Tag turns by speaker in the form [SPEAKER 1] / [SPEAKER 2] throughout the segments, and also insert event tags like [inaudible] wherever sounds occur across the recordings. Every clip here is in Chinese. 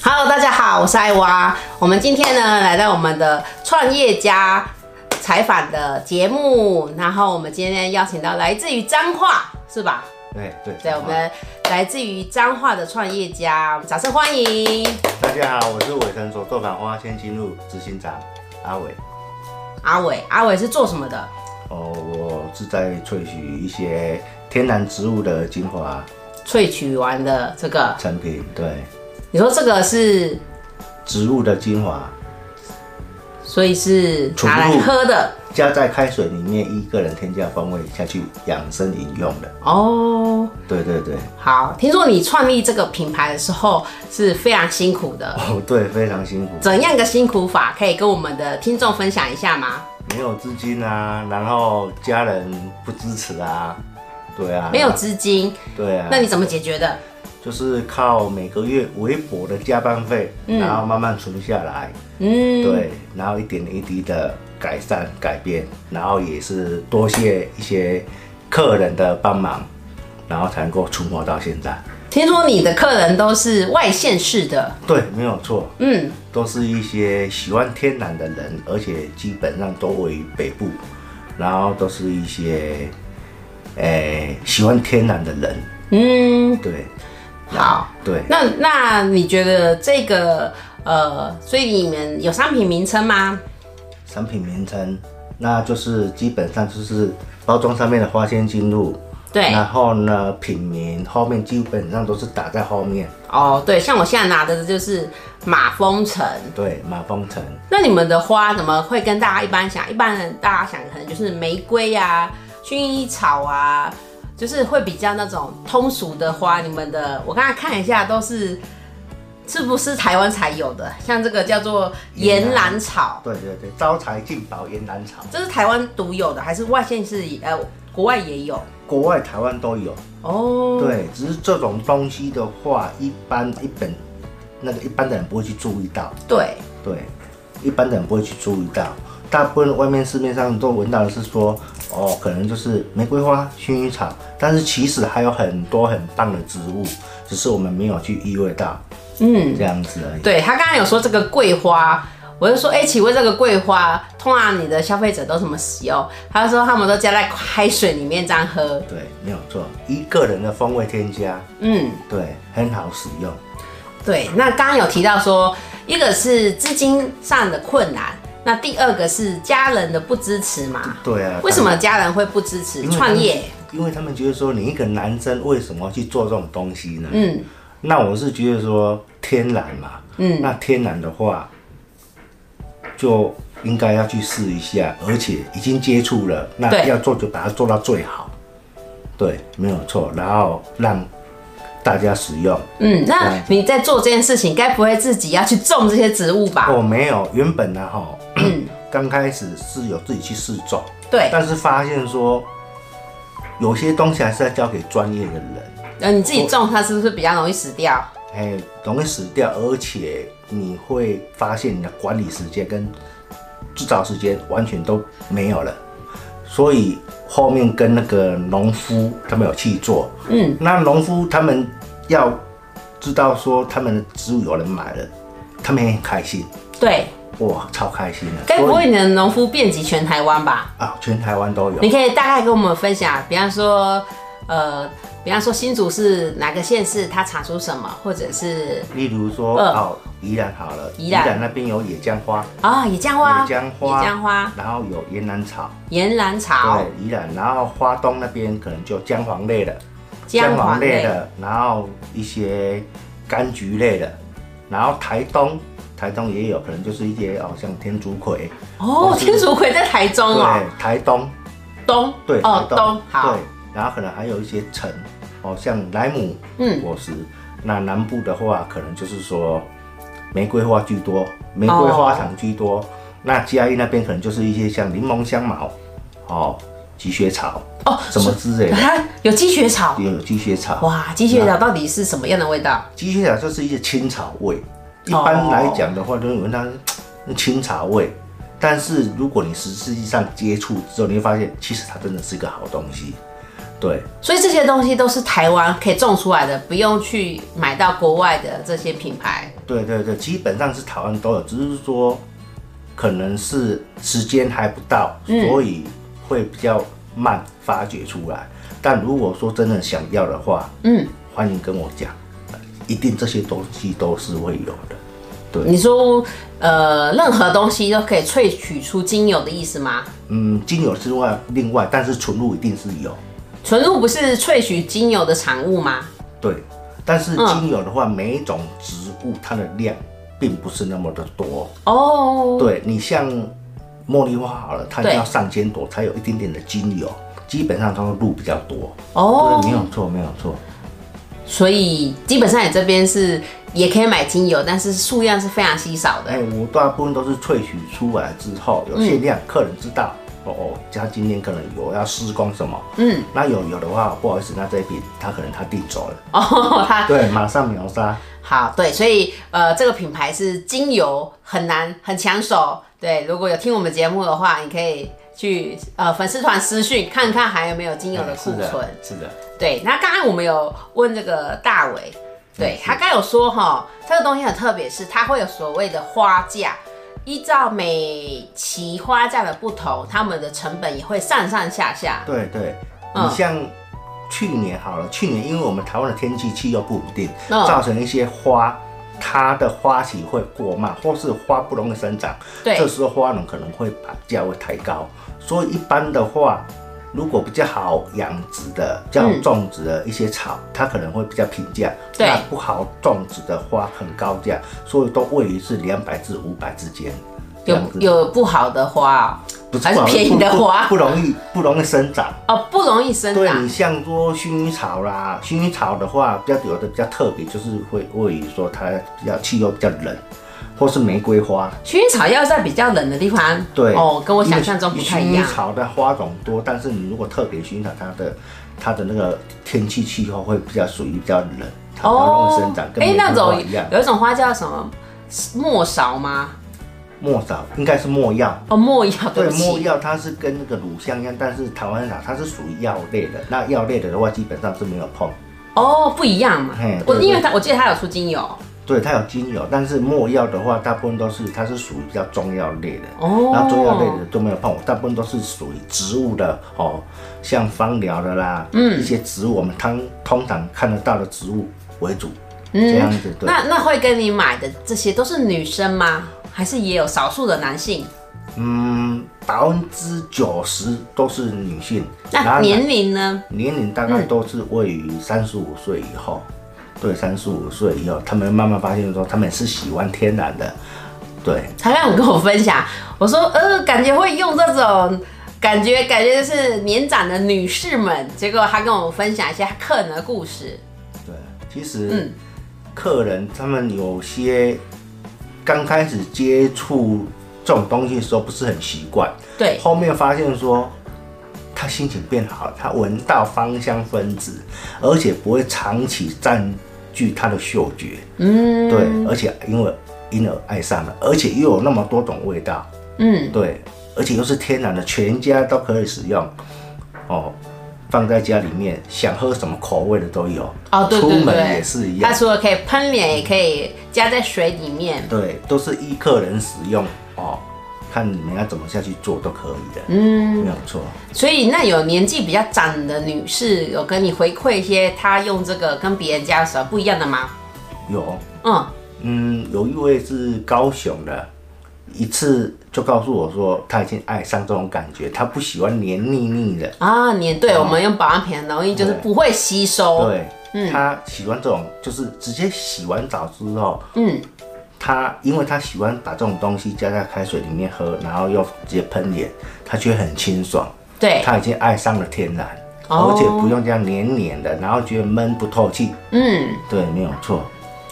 [SPEAKER 1] 好，我是艾娃。我们今天呢，来到我们的创业家采访的节目，然后我们今天邀请到来自于彰化，是吧？
[SPEAKER 2] 对哎对
[SPEAKER 1] 对，我们来自于彰化的创业家，掌声欢迎。
[SPEAKER 2] 大家好，我是伟成所做版花千金路执行长阿伟。
[SPEAKER 1] 阿伟，阿伟是做什么的？
[SPEAKER 2] 哦，我是在萃取一些天然植物的精华
[SPEAKER 1] 萃取完的这个，
[SPEAKER 2] 成品，对，
[SPEAKER 1] 你说这个是，
[SPEAKER 2] 植物的精华
[SPEAKER 1] 所以是
[SPEAKER 2] 纯
[SPEAKER 1] 拿来
[SPEAKER 2] 露
[SPEAKER 1] 喝的
[SPEAKER 2] 加在开水里面，依个人添加风味下去养生饮用的。
[SPEAKER 1] 哦。
[SPEAKER 2] 对对对，
[SPEAKER 1] 好，听说你创立这个品牌的时候是非常辛苦的，
[SPEAKER 2] 哦对，非常辛苦，
[SPEAKER 1] 怎样个辛苦法可以跟我们的听众分享一下吗？
[SPEAKER 2] 没有资金啊，然后家人不支持啊，对啊，
[SPEAKER 1] 没有，资金，
[SPEAKER 2] 对啊，
[SPEAKER 1] 那你怎么解决的？
[SPEAKER 2] 就是靠每个月微薄的加班费，然后慢慢存下来。
[SPEAKER 1] 嗯，
[SPEAKER 2] 对，然后一点一滴的改善改变，然后也是多谢一些客人的帮忙，然后才能够存活到现在。
[SPEAKER 1] 听说你的客人都是外县市的，
[SPEAKER 2] 对，没有错，
[SPEAKER 1] 嗯，
[SPEAKER 2] 都是一些喜欢天然的人，而且基本上都位于北部，然后都是一些，诶、喜欢天然的人。
[SPEAKER 1] 嗯，
[SPEAKER 2] 对
[SPEAKER 1] 好。
[SPEAKER 2] 对，
[SPEAKER 1] 那那你觉得这个呃，所以你们有商品名称吗？
[SPEAKER 2] 产品名称，那就是基本上就是包装上面的花仙金露，
[SPEAKER 1] 对，
[SPEAKER 2] 然后呢，品名后面基本上都是打在后面。
[SPEAKER 1] 哦，对，像我现在拿的就是马蜂城。
[SPEAKER 2] 对，马蜂城。
[SPEAKER 1] 那你们的花怎么会跟大家一般想？一般人大家想可能就是玫瑰啊、薰衣草啊，就是会比较那种通俗的花。你们的我刚才看一下，都是是不是台湾才有的？像这个叫做岩兰草，
[SPEAKER 2] 对对对，招财进宝岩兰草，
[SPEAKER 1] 这是台湾独有的，还是外县市呃国外也有？
[SPEAKER 2] 国外台湾都有。
[SPEAKER 1] 哦，，
[SPEAKER 2] 对，只是这种东西的话，一般一本那个一般的人不会去注意到。
[SPEAKER 1] 对，
[SPEAKER 2] 对，一般的人不会去注意到。大部分外面市面上都闻到的是说，哦，可能就是玫瑰花、薰衣草，但是其实还有很多很棒的植物，只是我们没有去意会到
[SPEAKER 1] 嗯。
[SPEAKER 2] 这样子而已。
[SPEAKER 1] 对他刚刚有说这个桂花，我就说，哎、请问这个桂花，通常你的消费者都怎么使用？他就说他们都加在开水里面这样喝。
[SPEAKER 2] 对，没有错，一个人的风味添加，
[SPEAKER 1] 嗯，
[SPEAKER 2] 对，很好使用。
[SPEAKER 1] 对。那刚刚有提到说，一个是资金上的困难，那第二个是家人的不支持嘛？
[SPEAKER 2] 对啊，
[SPEAKER 1] 为什么家人会不支持
[SPEAKER 2] 因为他
[SPEAKER 1] 创
[SPEAKER 2] 们
[SPEAKER 1] 业？
[SPEAKER 2] 因为他们觉得说你一个男生为什么去做这种东西呢？
[SPEAKER 1] 嗯，
[SPEAKER 2] 那我是觉得说天然嘛，
[SPEAKER 1] 嗯
[SPEAKER 2] 那天然的话就应该要去试一下，而且已经接触了，那
[SPEAKER 1] 对
[SPEAKER 2] 要做就把它做到最好，对，没有错，然后让大家使用。
[SPEAKER 1] 嗯，那
[SPEAKER 2] 对
[SPEAKER 1] 你在做这件事情，该不会自己要去种这些植物吧？
[SPEAKER 2] 我哦没有，原本呢、哈，
[SPEAKER 1] 嗯
[SPEAKER 2] 刚开始是有自己去试种，
[SPEAKER 1] 对，
[SPEAKER 2] 但是发现说有些东西还是要交给专业的人。
[SPEAKER 1] 呃，你自己种它是不是比较容易死掉？
[SPEAKER 2] 哎，容易死掉，而且你会发现你的管理时间跟制造时间完全都没有了，所以后面跟那个农夫他们有去做，
[SPEAKER 1] 嗯，
[SPEAKER 2] 那农夫他们要知道说他们的植物有人买了，他们也很开心，
[SPEAKER 1] 对，
[SPEAKER 2] 哇，超开心的，
[SPEAKER 1] 该不
[SPEAKER 2] 所以
[SPEAKER 1] 会你的农夫遍及全台湾吧？
[SPEAKER 2] 啊，全台湾都有
[SPEAKER 1] 你，可以大概跟我们分享，比方说，呃，比方说新竹是哪个县市，它产出什么，或者是
[SPEAKER 2] 例如说
[SPEAKER 1] 嗯
[SPEAKER 2] 哦，宜兰好了，
[SPEAKER 1] 宜兰
[SPEAKER 2] 那边有野姜花，
[SPEAKER 1] 啊、野姜花、
[SPEAKER 2] 野姜花
[SPEAKER 1] 野姜花、
[SPEAKER 2] 然后有岩兰草。
[SPEAKER 1] 岩兰草、
[SPEAKER 2] 对，宜兰，然后花东那边可能就姜黄类的，
[SPEAKER 1] 姜黄类的，
[SPEAKER 2] 的，然后一些柑橘类的，然后台东，台东也有可能就是一些哦，像天竺葵，
[SPEAKER 1] 哦，
[SPEAKER 2] 或是
[SPEAKER 1] 天竺葵在台中哦，
[SPEAKER 2] 对，台东，
[SPEAKER 1] 东
[SPEAKER 2] 对，
[SPEAKER 1] 哦
[SPEAKER 2] 台
[SPEAKER 1] 东好
[SPEAKER 2] 对，，然后可能还有一些橙，哦，像莱姆
[SPEAKER 1] 嗯
[SPEAKER 2] 果实，那南部的话可能就是说玫瑰花居多，玫
[SPEAKER 1] 哦
[SPEAKER 2] 瑰花糖居多，那嘉义那边可能就是一些像柠檬香茅，哦，积雪草，
[SPEAKER 1] 哦，
[SPEAKER 2] 什么之类的。
[SPEAKER 1] 它有积雪草，
[SPEAKER 2] 也有积雪草，
[SPEAKER 1] 哇，积雪草到底是什么样的味道？
[SPEAKER 2] 积雪草就是一些青草味。一
[SPEAKER 1] 哦
[SPEAKER 2] 般来讲的话，都会闻到那青草味。但是如果你实际上接触之后，你会发现，其实它真的是一个好东西。对，
[SPEAKER 1] 所以这些东西都是台湾可以种出来的，不用去买到国外的这些品牌。
[SPEAKER 2] 对对对，基本上是台湾都有，只是说可能是时间还不到，
[SPEAKER 1] 嗯
[SPEAKER 2] 所以会比较慢发掘出来。但如果说真的想要的话，
[SPEAKER 1] 嗯，
[SPEAKER 2] 欢迎跟我讲，一定这些东西都是会有的。
[SPEAKER 1] 你说呃，任何东西都可以萃取出精油的意思吗？
[SPEAKER 2] 嗯，精油之外，另外，但是纯露一定是有，
[SPEAKER 1] 纯露不是萃取精油的产物吗？
[SPEAKER 2] 对。但是
[SPEAKER 1] 嗯
[SPEAKER 2] 精油的话，每一种植物它的量并不是那么的多。
[SPEAKER 1] 哦，
[SPEAKER 2] 对你像茉莉花好了，它
[SPEAKER 1] 对
[SPEAKER 2] 要上千朵才有一点点的精油，基本上它的露比较多。对，没
[SPEAKER 1] 哦，
[SPEAKER 2] 有错，没有错。
[SPEAKER 1] 所以基本上你这边是也可以买精油，但是数量是非常稀少的。
[SPEAKER 2] 哎，我大部分都是萃取出来之后，有限量，客人知道。哦哦，他今天可能有要施工什么，
[SPEAKER 1] 嗯，
[SPEAKER 2] 那有有的话，不好意思，那这一瓶他可能他订走
[SPEAKER 1] [laughs]
[SPEAKER 2] 了，
[SPEAKER 1] 哦，它
[SPEAKER 2] 对，马上秒杀。
[SPEAKER 1] 好对，所以呃，这个品牌是精油很难很抢手。对，如果有听我们节目的话，你可以去呃粉丝团私讯看看还有没有精油的库
[SPEAKER 2] 是
[SPEAKER 1] 存。
[SPEAKER 2] 的，是的，
[SPEAKER 1] 对，那刚刚我们有问这个大伟，对他刚有说哈，这个东西很特别，是它会有所谓的花价，依照每期花价的不同，他们的成本也会上上下下。
[SPEAKER 2] 对对。
[SPEAKER 1] 嗯
[SPEAKER 2] 你像去年好了，去年因为我们台湾的天气气候不稳定，
[SPEAKER 1] 嗯
[SPEAKER 2] 造成一些花它的花期会过慢，或是花不容易生长，
[SPEAKER 1] 对
[SPEAKER 2] 这时候花农可能会把价位抬高，所以一般的话，如果比较好养殖的、比较好种植的一些草，它可能会比较平价；
[SPEAKER 1] 嗯对
[SPEAKER 2] 那不好种植的花很高价，所以都位于是两百至五百之间。这
[SPEAKER 1] 有
[SPEAKER 2] 样子
[SPEAKER 1] 有不好的花
[SPEAKER 2] 不
[SPEAKER 1] 还是
[SPEAKER 2] 不好意思
[SPEAKER 1] 便宜的
[SPEAKER 2] 不不
[SPEAKER 1] 花
[SPEAKER 2] 不容易不容易生长。
[SPEAKER 1] 哦，哦不容易生
[SPEAKER 2] 对
[SPEAKER 1] 长
[SPEAKER 2] 你。像说薰衣草啦，薰衣草的话，比较有的比较特别，就是会位于说它比较气候比较冷，或是玫瑰花。
[SPEAKER 1] 薰衣草要在比较冷的地方，
[SPEAKER 2] 对，
[SPEAKER 1] 哦，跟我
[SPEAKER 2] 因为
[SPEAKER 1] 想象中不太一
[SPEAKER 2] 薰衣
[SPEAKER 1] 样。
[SPEAKER 2] 草的花种多，但是你如果特别薰衣草，它的它的那个天气气候会比较属于比较冷，它比较容易生长，跟
[SPEAKER 1] 哎、
[SPEAKER 2] 玫
[SPEAKER 1] 那
[SPEAKER 2] 瑰花
[SPEAKER 1] 种
[SPEAKER 2] 一样。
[SPEAKER 1] 有一种花叫什么墨勺吗？
[SPEAKER 2] 墨草应该是墨药。
[SPEAKER 1] 哦，墨药，对
[SPEAKER 2] 对
[SPEAKER 1] 不
[SPEAKER 2] 墨
[SPEAKER 1] 起，
[SPEAKER 2] 药，它是跟那个乳香一样，但是台湾草它是属于药类的。那药类的的话，基本上是没有碰。
[SPEAKER 1] 哦，不一样嘛
[SPEAKER 2] 嘿。
[SPEAKER 1] 我
[SPEAKER 2] 对
[SPEAKER 1] 因为
[SPEAKER 2] 对
[SPEAKER 1] 它，我记得它有出精油。
[SPEAKER 2] 对，它有精油，但是墨药的话，大部分都是它是属于比较中药类的，
[SPEAKER 1] 哦
[SPEAKER 2] 然后中药类的都没有碰，我大部分都是属于植物的哦，像芳疗的啦，嗯，一些植物我们通通常看得到的植物为主，这样子对。
[SPEAKER 1] 嗯那那会跟你买的这些都是女生吗？还是也有少数的男性？
[SPEAKER 2] 嗯，百分之九十都是女性，然
[SPEAKER 1] 那
[SPEAKER 2] 后
[SPEAKER 1] 年龄呢？
[SPEAKER 2] 年龄大概都是位于三十五岁以后，对，三十五岁以后，他们慢慢发现说他们是喜欢天然的，对。
[SPEAKER 1] 他刚有跟我分享，我说呃，感觉会用这种。感觉感觉就是年长的女士们，结果她跟我分享一下她客人的故事。
[SPEAKER 2] 对，其实
[SPEAKER 1] 嗯
[SPEAKER 2] 客人他们有些刚开始接触这种东西的时候不是很习惯，
[SPEAKER 1] 对，
[SPEAKER 2] 后面发现说他心情变好了，他闻到芳香分子，而且不会长期占据他的嗅觉，
[SPEAKER 1] 嗯，
[SPEAKER 2] 对，而且因为因而爱上了，而且又有那么多种味道，
[SPEAKER 1] 嗯，
[SPEAKER 2] 对，而且又是天然的，全家都可以使用，哦。放在家里面，想喝什么口味的都有。
[SPEAKER 1] 哦，对
[SPEAKER 2] 出
[SPEAKER 1] 对
[SPEAKER 2] 门
[SPEAKER 1] 对，
[SPEAKER 2] 也是一样。
[SPEAKER 1] 它除了可以喷脸，也可以加在水里面。
[SPEAKER 2] 对，都是依客人使用哦，看你们要怎么下去做都可以的，
[SPEAKER 1] 嗯，
[SPEAKER 2] 没有错。
[SPEAKER 1] 所以那有年纪比较长的女士有跟你回馈一些她用这个跟别人家有什么不一样的吗？
[SPEAKER 2] 有，
[SPEAKER 1] 嗯，
[SPEAKER 2] 嗯，有一位是高雄的，一次就告诉我说他已经爱上这种感觉，他不喜欢黏腻腻的，
[SPEAKER 1] 啊，年
[SPEAKER 2] 嗯
[SPEAKER 1] 对、我们用保养品很容易就是不会吸收。
[SPEAKER 2] 对，
[SPEAKER 1] 嗯
[SPEAKER 2] 他喜欢这种，就是直接洗完澡之后，
[SPEAKER 1] 嗯，
[SPEAKER 2] 他因为他喜欢把这种东西加在开水里面喝，然后又直接喷脸，他觉得很清爽。
[SPEAKER 1] 对，
[SPEAKER 2] 他已经爱上了天然，
[SPEAKER 1] 哎哦
[SPEAKER 2] 而且不用这样黏黏的，然后觉得闷不透气。
[SPEAKER 1] 嗯，
[SPEAKER 2] 对，没有错。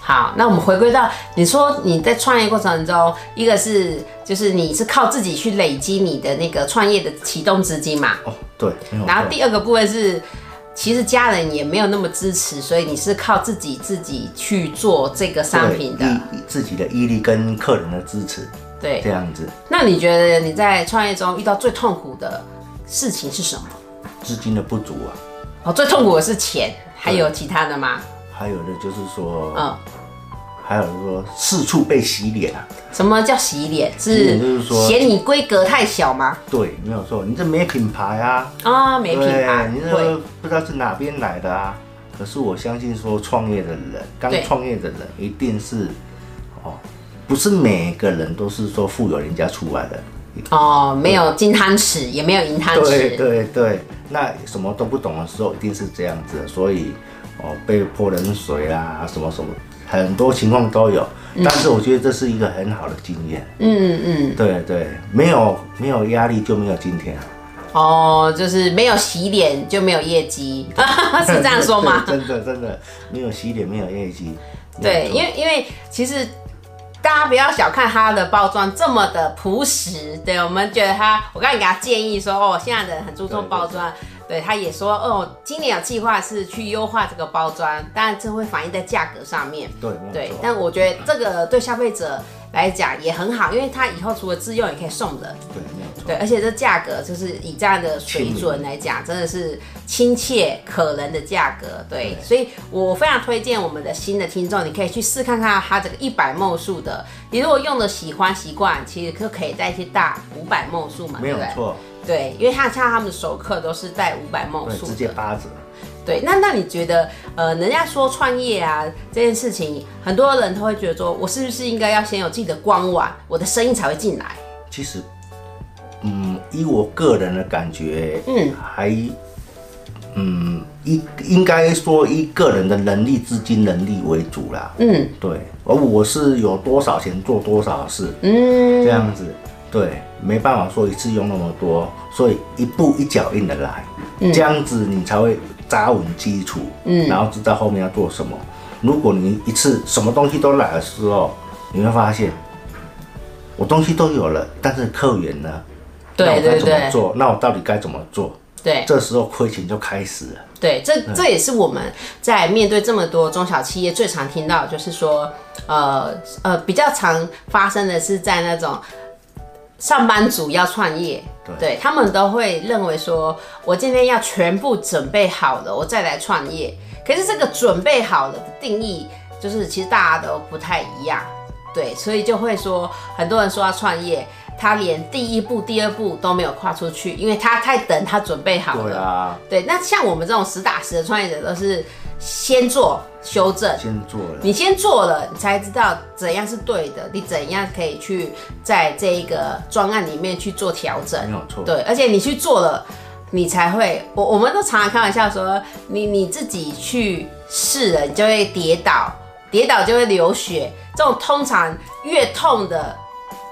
[SPEAKER 1] 好，那我们回归到你说你在创业过程中，一个是就是你是靠自己去累积你的那个创业的启动资金嘛，
[SPEAKER 2] 哦，对，没有
[SPEAKER 1] 然后
[SPEAKER 2] 错。
[SPEAKER 1] 第二个部分是。其实家人也没有那么支持，所以你是靠自己自己去做这个商
[SPEAKER 2] 对，嗯
[SPEAKER 1] 品
[SPEAKER 2] 毅
[SPEAKER 1] 的，
[SPEAKER 2] 自己的毅力跟客人的支持，
[SPEAKER 1] 对
[SPEAKER 2] 这。样子，
[SPEAKER 1] 那你觉得你在创业中遇到最痛苦的事情是什么？
[SPEAKER 2] 资金的不足啊，
[SPEAKER 1] 哦，最痛苦的是钱，还有其他的吗？
[SPEAKER 2] 还有的就是说，
[SPEAKER 1] 嗯，
[SPEAKER 2] 还有就是说四处被洗脸啊，
[SPEAKER 1] 什么叫洗脸？
[SPEAKER 2] 嗯就是是说
[SPEAKER 1] 嫌你规格太小吗？
[SPEAKER 2] 对，没有错，你这没品牌啊，
[SPEAKER 1] 啊，没品牌
[SPEAKER 2] 对，你，
[SPEAKER 1] 会
[SPEAKER 2] 这不知道是哪边来的啊。可是我相信说，创业的人，刚
[SPEAKER 1] 对
[SPEAKER 2] 创业的人一定是，哦，不是每个人都是说富有人家出来的，
[SPEAKER 1] 哦，没有金汤匙，也没有银汤
[SPEAKER 2] 对
[SPEAKER 1] 匙，
[SPEAKER 2] 对对，那什么都不懂的时候一定是这样子，所以哦被泼冷水啦、什么什么，很多情况都有。但是我觉得这是一个很好的经验，
[SPEAKER 1] 嗯嗯，
[SPEAKER 2] 对对，没有没有压力就没有今天啊，？
[SPEAKER 1] 哦，就是没有洗脸就没有业绩， [laughs] 是这样说吗
[SPEAKER 2] [laughs] 真的真的没有洗脸没有业绩，
[SPEAKER 1] 对，因为因为其实大家不要小看它的包装这么的朴实，对我们觉得它，我刚才给他建议说，哦，现在的人很注重包装，对，他也说，哦，今年有计划是去优化这个包装，当然这会反映在价格上面，
[SPEAKER 2] 对没有
[SPEAKER 1] 对
[SPEAKER 2] 错，
[SPEAKER 1] 但我觉得这个对消费者来讲也很好，因为他以后除了自用也可以送人，
[SPEAKER 2] 对没有错，
[SPEAKER 1] 对，而且这价格就是以这样的水准来讲，真的是亲切可人的价格。对，所以我非常推荐我们的新的听众，你可以去试看看它这个一百梦数的。你如果用的喜欢习惯，其实就可以再去大五百梦数嘛，
[SPEAKER 2] 没
[SPEAKER 1] 对
[SPEAKER 2] 有
[SPEAKER 1] 不对？
[SPEAKER 2] 错，
[SPEAKER 1] 对，因为他像他们的熟客都是带五百梦
[SPEAKER 2] 对
[SPEAKER 1] 数
[SPEAKER 2] 直
[SPEAKER 1] 的，
[SPEAKER 2] 接八折。
[SPEAKER 1] 对，那那你觉得，呃，人家说创业啊这件事情，很多人都会觉得说，我是不是应该要先有自己的官网，我的生意才会进来？
[SPEAKER 2] 其实，嗯，以我个人的感觉，
[SPEAKER 1] 嗯，
[SPEAKER 2] 还，嗯，一应该说以个人的能力、资金能力为主啦。
[SPEAKER 1] 嗯
[SPEAKER 2] 对，而我是有多少钱做多少事，
[SPEAKER 1] 嗯，
[SPEAKER 2] 这样子，对，没办法说一次用那么多，所以一步一脚印的来，
[SPEAKER 1] 嗯
[SPEAKER 2] 这样子你才会扎稳基础，嗯，然后知道后面要做什么。如果你一次什么东西都来的时候，你会发现，我东西都有了，但是客源呢？那
[SPEAKER 1] 对
[SPEAKER 2] 我该
[SPEAKER 1] 对
[SPEAKER 2] 怎么
[SPEAKER 1] 对。
[SPEAKER 2] 做？那我到底该怎么做？
[SPEAKER 1] 对
[SPEAKER 2] 这时候亏钱就开始了。
[SPEAKER 1] 对，这
[SPEAKER 2] 嗯
[SPEAKER 1] 这也是我们在面对这么多中小企业最常听到，就是说，呃呃，比较常发生的是在那种上班族要创业，对他们都会认为说，我今天要全部准备好了，我再来创业。可是这个准备好了的定义，就是其实大家都不太一样，对，所以就会说，很多人说要创业。他连第一步、第二步都没有跨出去，因为他太等他准备好
[SPEAKER 2] 对
[SPEAKER 1] 了。
[SPEAKER 2] 啊，
[SPEAKER 1] 对，那像我们这种实打实的创业者，都是先做修正。
[SPEAKER 2] 先做了。
[SPEAKER 1] 你先做了，你才知道怎样是对的，你怎样可以去在这一个专案里面去做调整。
[SPEAKER 2] 没有错
[SPEAKER 1] 对，而且你去做了，你才会，我我们都常常开玩笑说，你你自己去试了，你就会跌倒，跌倒就会流血。这种通常越痛的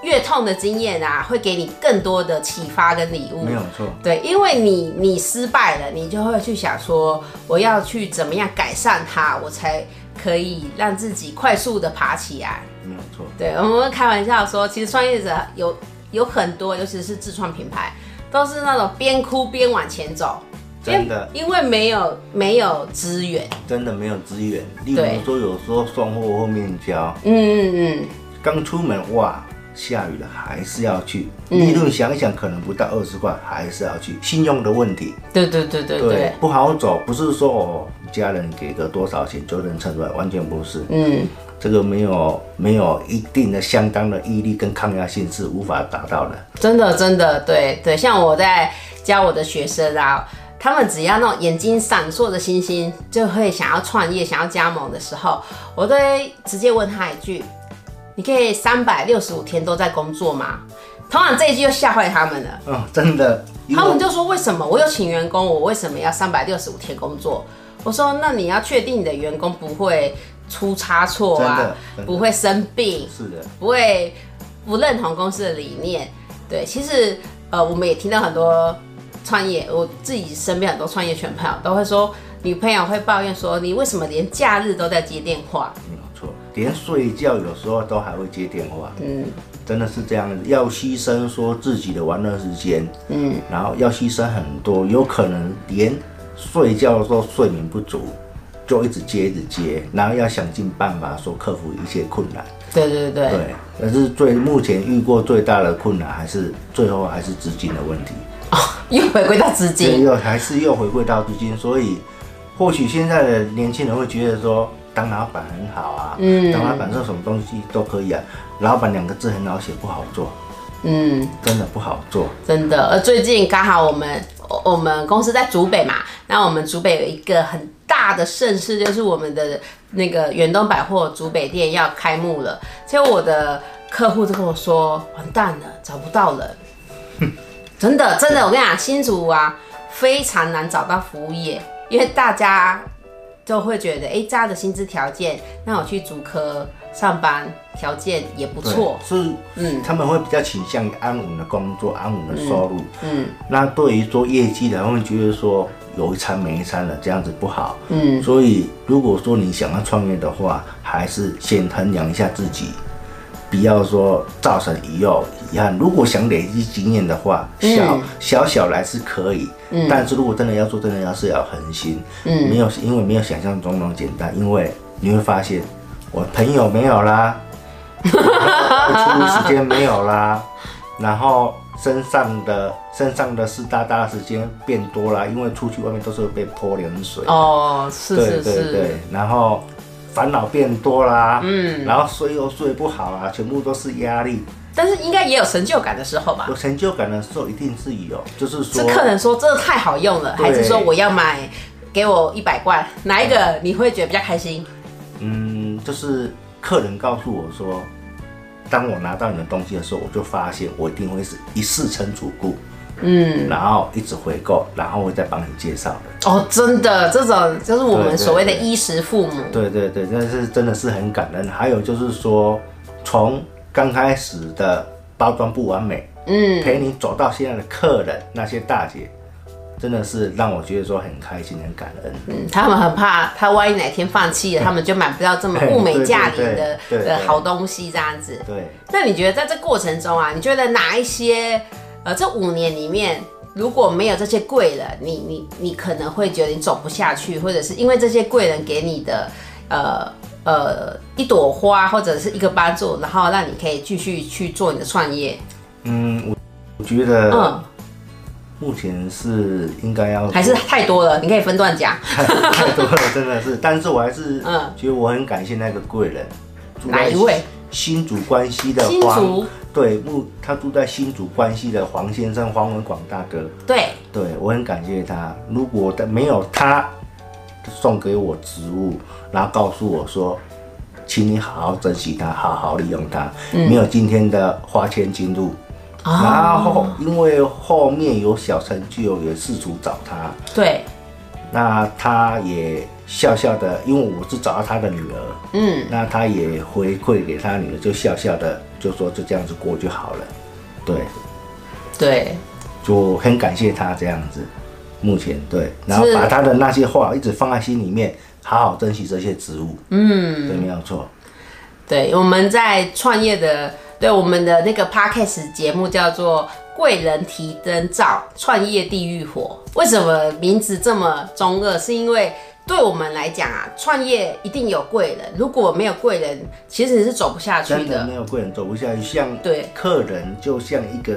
[SPEAKER 1] 越痛的经验啊，会给你更多的启发跟礼物。
[SPEAKER 2] 没有错，
[SPEAKER 1] 对，因为你你失败了，你就会去想说，我要去怎么样改善它，我才可以让自己快速的爬起来。
[SPEAKER 2] 没有错，
[SPEAKER 1] 对，我们会开玩笑说，其实创业者有有很多，尤其是自创品牌，都是那种边哭边往前走，
[SPEAKER 2] 真的
[SPEAKER 1] 因为因为没有没有资源。
[SPEAKER 2] 真的没有资源。例
[SPEAKER 1] 对
[SPEAKER 2] 如说，有时候送货或面交，
[SPEAKER 1] 嗯嗯
[SPEAKER 2] 刚出门哇，下雨了还是要去。
[SPEAKER 1] 嗯
[SPEAKER 2] 利润想一想，可能不到二十块，还是要去。信用的问题，
[SPEAKER 1] 嗯，对对对对对，
[SPEAKER 2] 不好走，不是说哦，家人给个多少钱就能撑出来，完全不是。
[SPEAKER 1] 嗯，
[SPEAKER 2] 这个没有没有一定的相当的毅力跟抗压性是无法达到的。
[SPEAKER 1] 真的真的，对对，像我在教我的学生啊，他们只要那种眼睛闪烁的星星，就会想要创业、想要加盟的时候，我都会直接问他一句：“你可以三百六十五天都在工作吗？”通常这一句就吓坏他们了。
[SPEAKER 2] 嗯，真的，因为
[SPEAKER 1] 他们就说：“为什么我有请员工，我为什么要三百六十五天工作？”我说：“那你要确定你的员工不会出差错
[SPEAKER 2] 真
[SPEAKER 1] 啊
[SPEAKER 2] 的，真的
[SPEAKER 1] 不会生病，
[SPEAKER 2] 是的，
[SPEAKER 1] 不会不认同公司的理念。对，其实呃，我们也听到很多创业，我自己身边很多创业圈朋友都会说，女朋友会抱怨说，你为什么连假日都在接电话？
[SPEAKER 2] 没有错。连睡觉有时候都还会接电话，
[SPEAKER 1] 嗯
[SPEAKER 2] 真的是这样子，要牺牲说自己的玩乐时间，
[SPEAKER 1] 嗯，
[SPEAKER 2] 然后要牺牲很多，有可能连睡觉的时候睡眠不足，就一直接一直接，然后要想尽办法说克服一些困难。
[SPEAKER 1] 对对对
[SPEAKER 2] 对，但是最目前遇过最大的困难还是最后还是资金的问题。
[SPEAKER 1] 又回归到资
[SPEAKER 2] 这
[SPEAKER 1] 金，
[SPEAKER 2] 又还是又回归到资金，所以或许现在的年轻人会觉得说，当老板很好啊，
[SPEAKER 1] 嗯
[SPEAKER 2] 当老板做什么东西都可以啊。老板两个字很好写，不好做，
[SPEAKER 1] 嗯，
[SPEAKER 2] 真的不好做。
[SPEAKER 1] 真的。呃，最近刚好我们我我们公司在竹北嘛，那我们竹北有一个很大的盛事，就是我们的那个远东百货竹北店要开幕了。结果我的客户就跟我说，完蛋了，找不到人。
[SPEAKER 2] [laughs]
[SPEAKER 1] 真的真的，我跟你讲，新竹啊非常难找到服务业，因为大家就会觉得，哎、这样的薪资条件，那我去竹科上班条件也不
[SPEAKER 2] 对
[SPEAKER 1] 错。
[SPEAKER 2] 是，
[SPEAKER 1] 嗯
[SPEAKER 2] 他们会比较倾向于安稳的工作、安稳的收入。
[SPEAKER 1] 嗯
[SPEAKER 2] 那对于做业绩的，他们觉得说有一餐没一餐的，这样子不好。
[SPEAKER 1] 嗯，
[SPEAKER 2] 所以，如果说你想要创业的话，还是先衡量一下自己，不要说造成以后遗憾。如果想累积经验的话，小、小小来是可以，但是如果真的要做，真的要是要恒心，嗯、没有因为没有想象中那么简单，因为你会发现我朋友没有啦，我出时间没有啦， [laughs] 然后。身上的身上的事，大大的时间变多啦，因为出去外面都是会被泼冷水。
[SPEAKER 1] 哦，是
[SPEAKER 2] 对
[SPEAKER 1] 是
[SPEAKER 2] 对
[SPEAKER 1] 是，
[SPEAKER 2] 对，然后烦恼变多啦，嗯，然后睡又睡不好啊，全部都是压力。
[SPEAKER 1] 但是应该也有成就感的时候吧
[SPEAKER 2] 有？成就感的时候一定是有，就是
[SPEAKER 1] 是
[SPEAKER 2] 说，
[SPEAKER 1] 客人说这太好用了，
[SPEAKER 2] 对
[SPEAKER 1] 还是说我要买，给我一百罐，哪一个你会觉得比较开心？
[SPEAKER 2] 嗯，就是客人告诉我说，当我拿到你的东西的时候，我就发现我一定会是一世成主顾，
[SPEAKER 1] 嗯，
[SPEAKER 2] 然后一直回购，然后我再帮你介绍的。
[SPEAKER 1] 哦，真的，这种就是我
[SPEAKER 2] 对
[SPEAKER 1] 们
[SPEAKER 2] 对
[SPEAKER 1] 所谓的
[SPEAKER 2] 对
[SPEAKER 1] 衣食父母。
[SPEAKER 2] 对对对，但是真的是很感恩。还有就是说，从刚开始的包装不完美，
[SPEAKER 1] 嗯，
[SPEAKER 2] 陪你走到现在的客人，那些大姐，真的是让我觉得说很开心、很感恩。
[SPEAKER 1] 嗯他们很怕他万一哪天放弃了，他们就买不到 [laughs] 这么物美价廉的
[SPEAKER 2] 对对对对对
[SPEAKER 1] 的好东西这样子。
[SPEAKER 2] 对，
[SPEAKER 1] 那你觉得在这过程中啊，你觉得哪一些呃这五年里面如果没有这些贵人，你你你可能会觉得你走不下去，或者是因为这些贵人给你的呃呃一朵花或者是一个帮助，然后让你可以继续去做你的创业，
[SPEAKER 2] 嗯，我我觉得
[SPEAKER 1] 嗯，
[SPEAKER 2] 目前是应该
[SPEAKER 1] [laughs]
[SPEAKER 2] 要
[SPEAKER 1] 还是太多了，你可以分段讲。
[SPEAKER 2] 太太多了，真的是。但是我还是
[SPEAKER 1] 嗯
[SPEAKER 2] 觉得我很感谢那个贵人，住
[SPEAKER 1] 哪
[SPEAKER 2] 在
[SPEAKER 1] 一位？
[SPEAKER 2] 新竹关西的
[SPEAKER 1] 新
[SPEAKER 2] 黄
[SPEAKER 1] 竹，
[SPEAKER 2] 对，目他住在新竹关西的黄先生黄文广大哥，
[SPEAKER 1] 对，
[SPEAKER 2] 对我很感谢他。如果他没有他送给我植物，然后告诉我说，请你好好珍惜它，好好利用它，没有今天的花千金路。
[SPEAKER 1] 哦
[SPEAKER 2] 然后因为后面有小成就，也试图找他，
[SPEAKER 1] 对，
[SPEAKER 2] 那他也笑笑的，因为我是找到他的女儿，
[SPEAKER 1] 嗯，
[SPEAKER 2] 那他也回馈给他女儿，就笑笑的就说就这样子过就好了，对，
[SPEAKER 1] 对，
[SPEAKER 2] 就很感谢他这样子。目前对，然后
[SPEAKER 1] 是
[SPEAKER 2] 把他的那些话一直放在心里面，好好珍惜这些植物。嗯，对，没有错。
[SPEAKER 1] 对，我们在创业的，对我们的那个 podcast 节目叫做《贵人提灯照：创业地狱火》。为什么名字这么中二？是因为对我们来讲啊，创业一定有贵人，如果没有贵人，其实是走不下去
[SPEAKER 2] 真的
[SPEAKER 1] 的。
[SPEAKER 2] 没有贵人走不下去，像
[SPEAKER 1] 对
[SPEAKER 2] 客人就像一个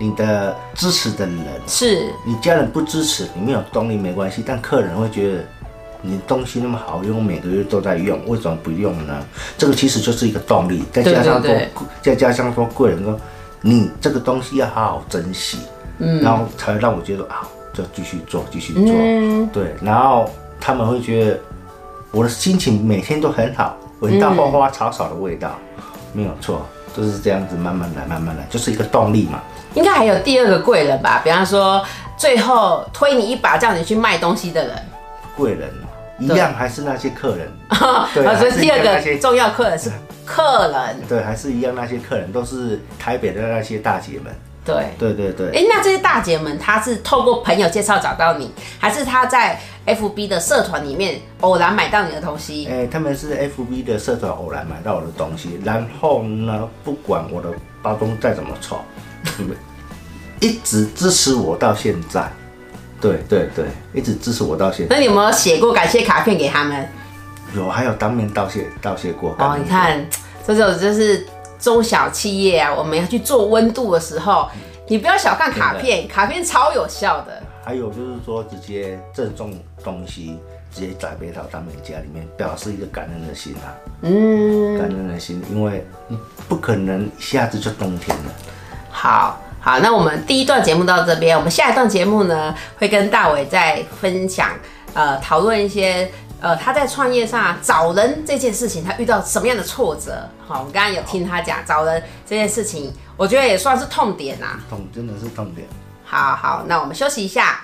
[SPEAKER 2] 你的支持的人，
[SPEAKER 1] 是，
[SPEAKER 2] 你家人不支持，你没有动力没关系，但客人会觉得你东西那么好用，每个月都在用，为什么不用呢？这个其实就是一个动力，再加上说
[SPEAKER 1] 对对，
[SPEAKER 2] 再加上说贵人说你这个东西要好好珍惜，嗯，然后才让我觉得啊，就继续做，继续做，
[SPEAKER 1] 嗯，
[SPEAKER 2] 对，然后他们会觉得我的心情每天都很好，闻到花花草草的味道，没有错，就是这样子慢慢来，慢慢来，就是一个动力嘛。
[SPEAKER 1] 应该还有第二个贵人吧？比方说，最后推你一把叫你去卖东西的人，
[SPEAKER 2] 贵人哦一样还是那些客人，对，
[SPEAKER 1] 啊所
[SPEAKER 2] 还
[SPEAKER 1] 以
[SPEAKER 2] 是一
[SPEAKER 1] 第二
[SPEAKER 2] 样那些
[SPEAKER 1] 个重要客人是客人。
[SPEAKER 2] 对，还是一样那些客人都是台北的那些大姐们，
[SPEAKER 1] 对，
[SPEAKER 2] 对对对，
[SPEAKER 1] 哎、那这些大姐们，她是透过朋友介绍找到你，还是她在 FB 的社团里面偶然买到你的东西？
[SPEAKER 2] 哎、他们是 FB 的社团偶然买到我的东西，然后呢，不管我的包装再怎么丑， [laughs] 一直支持我到现在，对对对，一直支持我到现在，
[SPEAKER 1] 那你有没有写过感谢卡片给他们？
[SPEAKER 2] 有还有当面道谢道谢过，
[SPEAKER 1] 哦，你看，这种就是中小企业啊，我们要去做温度的时候，你不要小看卡片，卡片超有效的。
[SPEAKER 2] 还有就是说直接赠送东西，直接栽培到他们家里面，表示一个感恩的心啊，
[SPEAKER 1] 嗯，
[SPEAKER 2] 感恩的心，因为你不可能一下子就冬天了。
[SPEAKER 1] 好好，那我们第一段节目到这边，我们下一段节目呢会跟大伟再分享，呃，讨论一些。呃，他在创业上、啊、找人这件事情，他遇到什么样的挫折？好，我们刚刚有听他讲找人这件事情，我觉得也算是痛点呐、啊
[SPEAKER 2] 痛真的是痛点。
[SPEAKER 1] 好好，那我们休息一下。